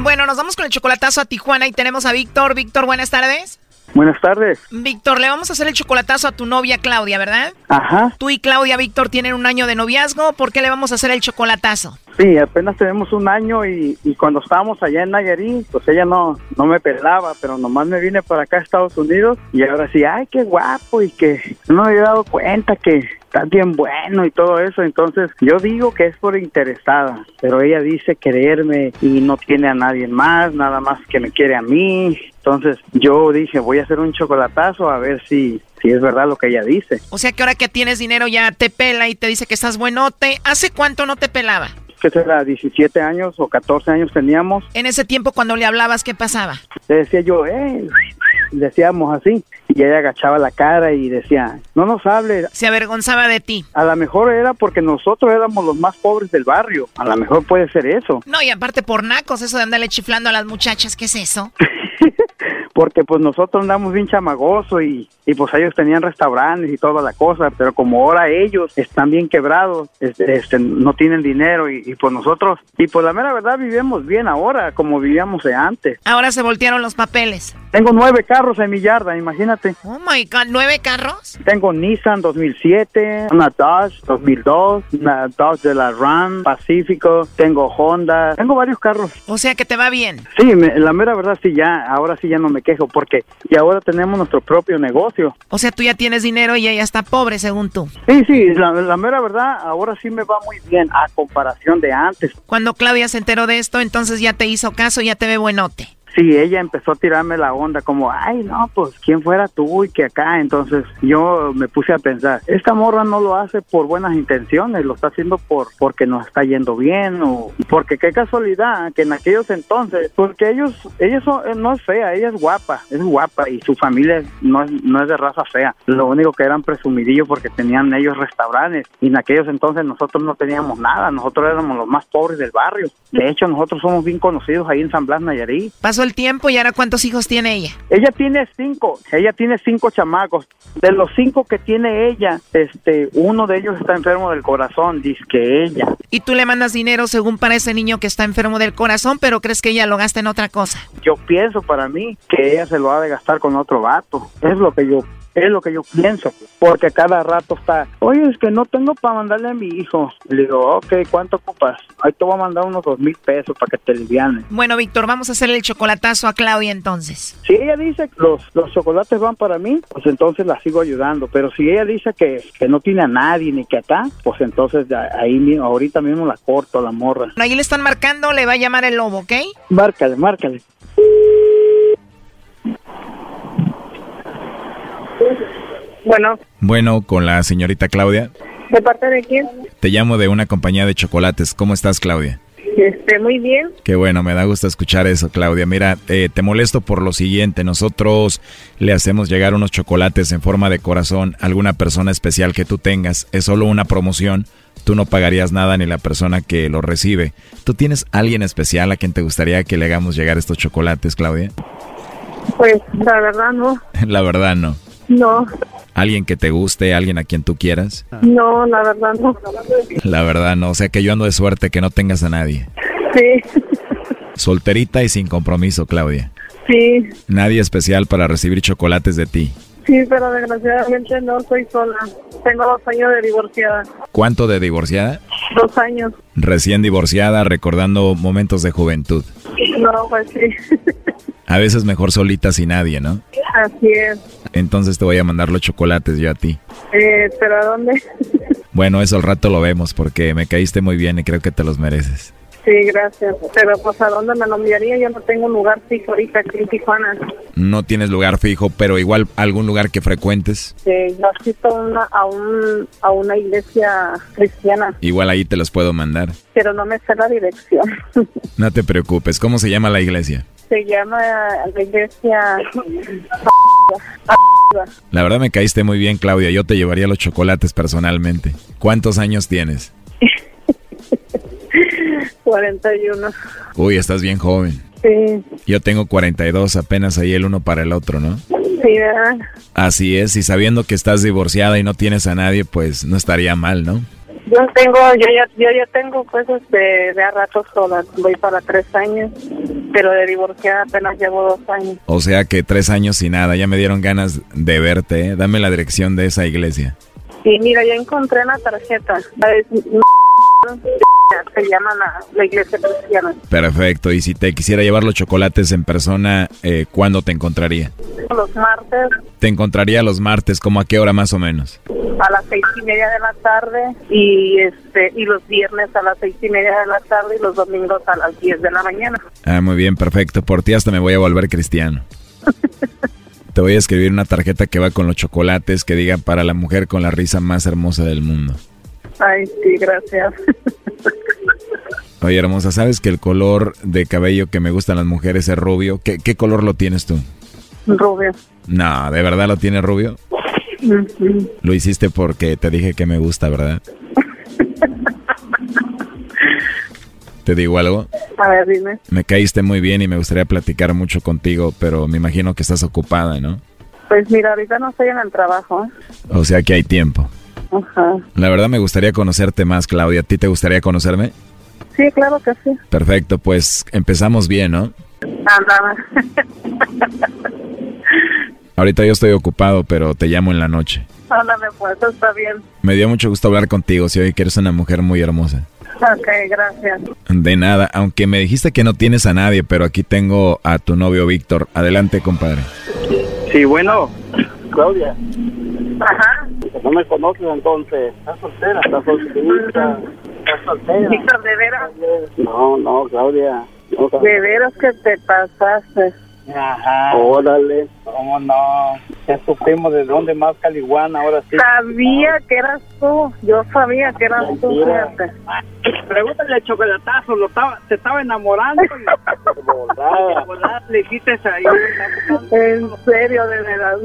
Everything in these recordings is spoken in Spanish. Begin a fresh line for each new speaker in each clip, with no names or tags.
Bueno, nos vamos con el chocolatazo a Tijuana y tenemos a Víctor. Víctor, buenas tardes.
Buenas tardes.
Víctor, le vamos a hacer el chocolatazo a tu novia Claudia, ¿verdad?
Ajá.
Tú y Claudia, Víctor, tienen un año de noviazgo. ¿Por qué le vamos a hacer el chocolatazo?
Sí, apenas tenemos un año y, y cuando estábamos allá en Nayarit, pues ella no, no me pelaba, pero nomás me vine para acá a Estados Unidos y ahora sí, ay, qué guapo y que no me había dado cuenta que estás bien bueno y todo eso. Entonces yo digo que es por interesada, pero ella dice quererme y no tiene a nadie más, nada más que me quiere a mí. Entonces yo dije, voy a hacer un chocolatazo a ver si, si es verdad lo que ella dice.
O sea que ahora que tienes dinero ya te pela y te dice que estás buenote. ¿Hace cuánto no te pelaba?
¿Qué será? 17 años o 14 años teníamos.
En ese tiempo cuando le hablabas, ¿qué pasaba?
Le decía yo, eh, decíamos así, y ella agachaba la cara y decía, no nos hable.
Se avergonzaba de ti.
A lo mejor era porque nosotros éramos los más pobres del barrio, a lo mejor puede ser eso.
No, y aparte por nacos, eso de andarle chiflando a las muchachas, ¿qué es eso?
porque pues nosotros andamos bien chamagoso y, y, pues ellos tenían restaurantes y toda la cosa, pero como ahora ellos están bien quebrados, este, este no tienen dinero y, y, pues nosotros, y pues la mera verdad vivimos bien ahora como vivíamos de antes.
Ahora se voltearon los papeles.
Tengo nueve carros en mi yarda, imagínate.
Oh my God, ¿nueve carros?
Tengo Nissan 2007, una Dodge 2002, una Dodge de la Ram Pacífico, tengo Honda, tengo varios carros.
O sea que te va bien.
Sí, me, la mera verdad sí ya, ahora sí ya no me quejo porque y ahora tenemos nuestro propio negocio.
O sea, tú ya tienes dinero y ella está pobre, según tú.
Sí, sí, la, la, mera verdad, ahora sí me va muy bien a comparación de antes.
Cuando Claudia se enteró de esto, entonces ya te hizo caso, ya te ve buenote.
Sí, ella empezó a tirarme la onda como, ay, no, pues, ¿quién fuera tú y que acá? Entonces yo me puse a pensar, esta morra no lo hace por buenas intenciones, lo está haciendo por porque nos está yendo bien o porque qué casualidad que en aquellos entonces, porque ellos, ellos son, eh, no es fea, ella es guapa, es guapa y su familia no es, no es de raza fea, lo único que eran presumidillos porque tenían ellos restaurantes y en aquellos entonces nosotros no teníamos nada, nosotros éramos los más pobres del barrio, de hecho nosotros somos bien conocidos ahí en San Blas Nayarit.
Paso el tiempo y ahora cuántos hijos tiene ella?
Ella tiene cinco, ella tiene cinco chamacos. De los cinco que tiene ella, este, uno de ellos está enfermo del corazón, dice que ella.
Y tú le mandas dinero según para ese niño que está enfermo del corazón, pero crees que ella lo gasta en otra cosa.
Yo pienso para mí que ella se lo ha de gastar con otro vato. Es lo que yo es lo que yo pienso, porque cada rato está, oye, es que no tengo para mandarle a mi hijo. Le digo, ok, ¿cuánto ocupas? Ahí te voy a mandar unos dos mil pesos para que te livianes.
Bueno, Víctor, vamos a hacerle el chocolatazo a Claudia entonces.
Si ella dice que los, los chocolates van para mí, pues entonces la sigo ayudando, pero si ella dice que, que no tiene a nadie ni que acá, pues entonces ahí ahorita mismo la corto, la morra.
Ahí le están marcando, le va a llamar el lobo, ¿ok?
Márcale, márcale.
Bueno.
Bueno, con la señorita Claudia.
¿De parte de quién?
Te llamo de una compañía de chocolates. ¿Cómo estás, Claudia?
Este, muy bien.
Qué bueno, me da gusto escuchar eso, Claudia. Mira, eh, te molesto por lo siguiente. Nosotros le hacemos llegar unos chocolates en forma de corazón a alguna persona especial que tú tengas. Es solo una promoción. Tú no pagarías nada ni la persona que lo recibe. ¿Tú tienes alguien especial a quien te gustaría que le hagamos llegar estos chocolates, Claudia?
Pues la verdad no.
la verdad no.
No.
¿Alguien que te guste, alguien a quien tú quieras?
No, la verdad no.
La verdad no, o sea que yo ando de suerte que no tengas a nadie.
Sí.
Solterita y sin compromiso, Claudia.
Sí.
Nadie especial para recibir chocolates de ti.
Sí, pero desgraciadamente no soy sola. Tengo dos años de divorciada.
¿Cuánto de divorciada?
Dos años.
Recién divorciada, recordando momentos de juventud.
No, pues sí.
A veces mejor solita sin nadie, ¿no?
Así es.
Entonces te voy a mandar los chocolates yo a ti.
Eh, ¿Pero a dónde?
Bueno, eso al rato lo vemos porque me caíste muy bien y creo que te los mereces.
Sí, gracias. Pero pues a dónde me lo enviaría? Yo no tengo un lugar fijo ahorita aquí en Tijuana.
No tienes lugar fijo, pero igual algún lugar que frecuentes.
Sí, Eh, yo asisto a una, a, un, a una iglesia cristiana,
Igual ahí te los puedo mandar.
pero no me sé la dirección.
No te preocupes. ¿Cómo se llama la iglesia?
Se llama la iglesia...
La verdad me caíste muy bien, Claudia. Yo te llevaría los chocolates personalmente. ¿Cuántos años tienes?
41.
Uy, estás bien joven.
Sí,
Yo tengo 42, apenas ahí el uno para el otro, ¿no?
sí, ¿verdad?
Así es, y sabiendo que estás divorciada y no tienes a nadie, pues no estaría mal, ¿no?
Yo tengo, yo ya, yo ya tengo cosas de, de a ratos sola, voy para tres años, pero de divorciada apenas llevo dos años.
O sea que tres años y nada, ya me dieron ganas de verte, ¿eh? Dame la dirección de esa iglesia.
Y mira, ya encontré la tarjeta, es, se llama la, la iglesia cristiana.
Perfecto, y si te quisiera llevar los chocolates en persona, eh, ¿cuándo te encontraría?
Los martes
Te encontraría los martes, ¿como a qué hora más o menos?
a las seis y media de la tarde y este y los viernes a las seis y media de la tarde y los domingos a las diez de la mañana.
Ah, muy bien, perfecto. Por ti hasta me voy a volver cristiano. Te voy a escribir una tarjeta que va con los chocolates que diga para la mujer con la risa más hermosa del mundo.
Ay, sí, gracias.
Oye, hermosa, ¿sabes que el color de cabello que me gustan las mujeres es rubio? ¿Qué, qué color lo tienes tú?
Rubio.
No, ¿de verdad lo tienes rubio?
Ujú.
Lo hiciste porque te dije que me gusta, ¿verdad? ¿Te digo algo?
A ver, dime.
Me caíste muy bien y me gustaría platicar mucho contigo, pero me imagino que estás ocupada, ¿no?
Pues mira, ahorita no estoy en el trabajo. ¿eh?
O sea que hay tiempo.
Ajá.
La verdad me gustaría conocerte más, Claudia. ¿A ti te gustaría conocerme?
Sí, claro que sí.
Perfecto, pues empezamos bien, ¿no?
Andaba.
Ahorita yo estoy ocupado, pero te llamo en la noche.
Ándame, pues, está bien.
Me dio mucho gusto hablar contigo, si hoy que eres una mujer muy hermosa.
Ok, gracias.
De nada, aunque me dijiste que no tienes a nadie, pero aquí tengo a tu novio Víctor. Adelante, compadre.
Sí, bueno. Claudia,
Ajá.
no me conoces entonces. ¿Estás soltera? ¿Estás solterita? ¿Estás soltera?
Víctor, de veras,
No, no, Claudia. No,
de veras que te pasaste.
Ajá,
Órale.
cómo no. Ya supimos de dónde más Caliguana, ahora sí.
Sabía que eras tú. Yo sabía que eras tú, fíjate.
Pregúntale al chocolatazo, lo estaba, se estaba enamorando.
Volada.
le hiciste ahí.
En serio, de veras.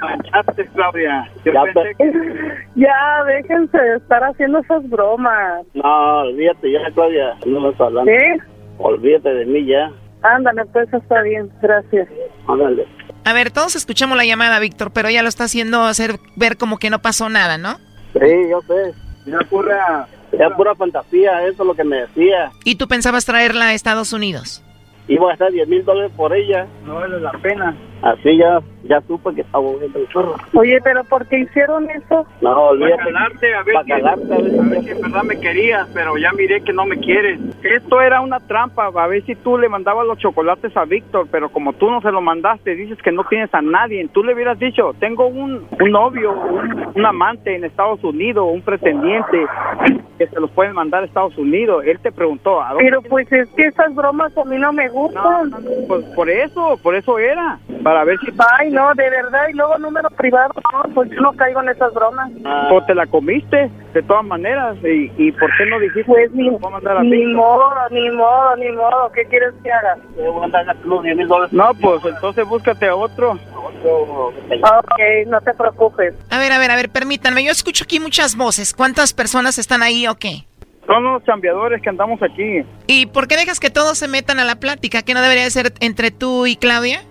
Manchaste, Claudia. Yo
Ya
pensé que
ya, déjense de estar haciendo esas bromas.
No, olvídate ya, Claudia. No me estás hablando.
¿Sí?
Olvídate de mí ya.
Ándale, pues, está bien. Gracias.
Ándale.
A ver, todos escuchamos la llamada, Víctor, pero ella lo está haciendo hacer ver como que no pasó nada, ¿no?
Sí, yo sé.
me ocurre a-
Es pura fantasía, eso es lo que me decía.
Y tú pensabas traerla a Estados Unidos.
Iba a gastar 10 mil dólares por ella.
no vale la pena.
Así ya, ya supe que estaba volviendo el chorro.
Oye, pero ¿por qué hicieron eso?
No,
Para
olvídate.
calarte, a ver,
Para
si,
calarte, a ver si-
a ver si en verdad me querías, pero ya miré que no me quieres. Esto era una trampa, a ver si tú le mandabas los chocolates a Víctor, pero como tú no se lo mandaste, dices que no tienes a nadie. Tú le hubieras dicho, tengo un, un novio, un, un amante en Estados Unidos, un pretendiente, que se los pueden mandar a Estados Unidos. Él te preguntó, ¿a dónde?
Pero pues es que esas bromas a mí no me
No,
gustan.
no, no, pues por eso, por eso era, para ver si
Ay, no, de verdad, y luego número privado, no, pues yo no caigo en esas bromas.
pues, te la comiste, de todas maneras, y, y por qué no dijiste,
Pues ni,
"Voy a mandar a
ni
Víctor"?
modo, ni modo, ni modo, ¿qué quieres que haga?
Te voy a andar gastando 10 mil dólares.
No, pues entonces búscate a otro.
Ok, no te preocupes.
A ver, a ver, a ver, permítanme, yo escucho aquí muchas voces. ¿Cuántas personas están ahí o qué?
Son los chambeadores que andamos aquí.
¿Y por qué dejas que todos se metan a la plática? ¿Que no debería de ser entre tú y Claudia?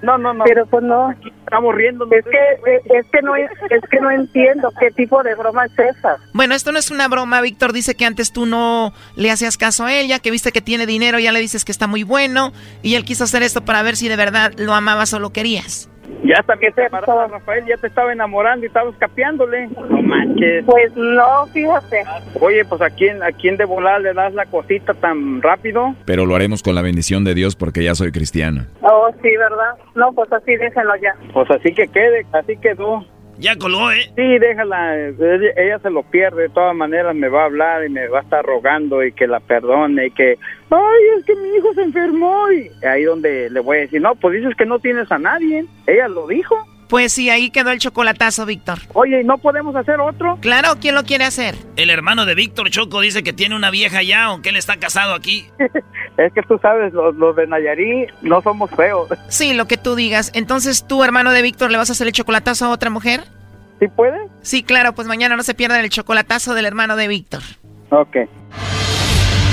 No, no, no.
Pero pues no,
aquí estamos riendo.
es que, eh, es- es que no, es que no entiendo qué tipo de broma es esa.
Bueno, esto no es una broma. Víctor dice que antes tú no le hacías caso a él, ya que viste que tiene dinero, ya le dices que está muy bueno. Y él quiso hacer esto para ver si de verdad lo amabas o lo querías.
Ya también
¿Qué
te
te
paraba,
pasó?
Rafael. Ya te estaba enamorando y estabas capeándole. No manches.
Pues no, fíjate.
Oye, pues ¿a quién, a quién de volar le das la cosita tan rápido?
Pero lo haremos con la bendición de Dios porque ya soy cristiano.
Oh, sí, ¿verdad? No, pues así déjenlo ya.
Pues así que quede, así quedó.
Ya colgó, ¿eh?
Sí, déjala, ella, ella se lo pierde, de todas maneras me va a hablar y me va a estar rogando y que la perdone y que, ay, es que mi hijo se enfermó y ahí donde le voy a decir, no, pues dices que no tienes a nadie, ella lo dijo.
Pues sí, ahí quedó el chocolatazo, Víctor.
Oye, ¿y no podemos hacer otro?
Claro, ¿quién lo quiere hacer?
El hermano de Víctor Choco dice que tiene una vieja ya, aunque él está casado aquí.
es que tú sabes, los, los de Nayarí no somos feos.
Sí, lo que tú digas. Entonces, ¿tú, hermano de Víctor, le vas a hacer el chocolatazo a otra mujer?
¿Sí puede?
Sí, claro, pues mañana no se pierdan el chocolatazo del hermano de Víctor.
Ok.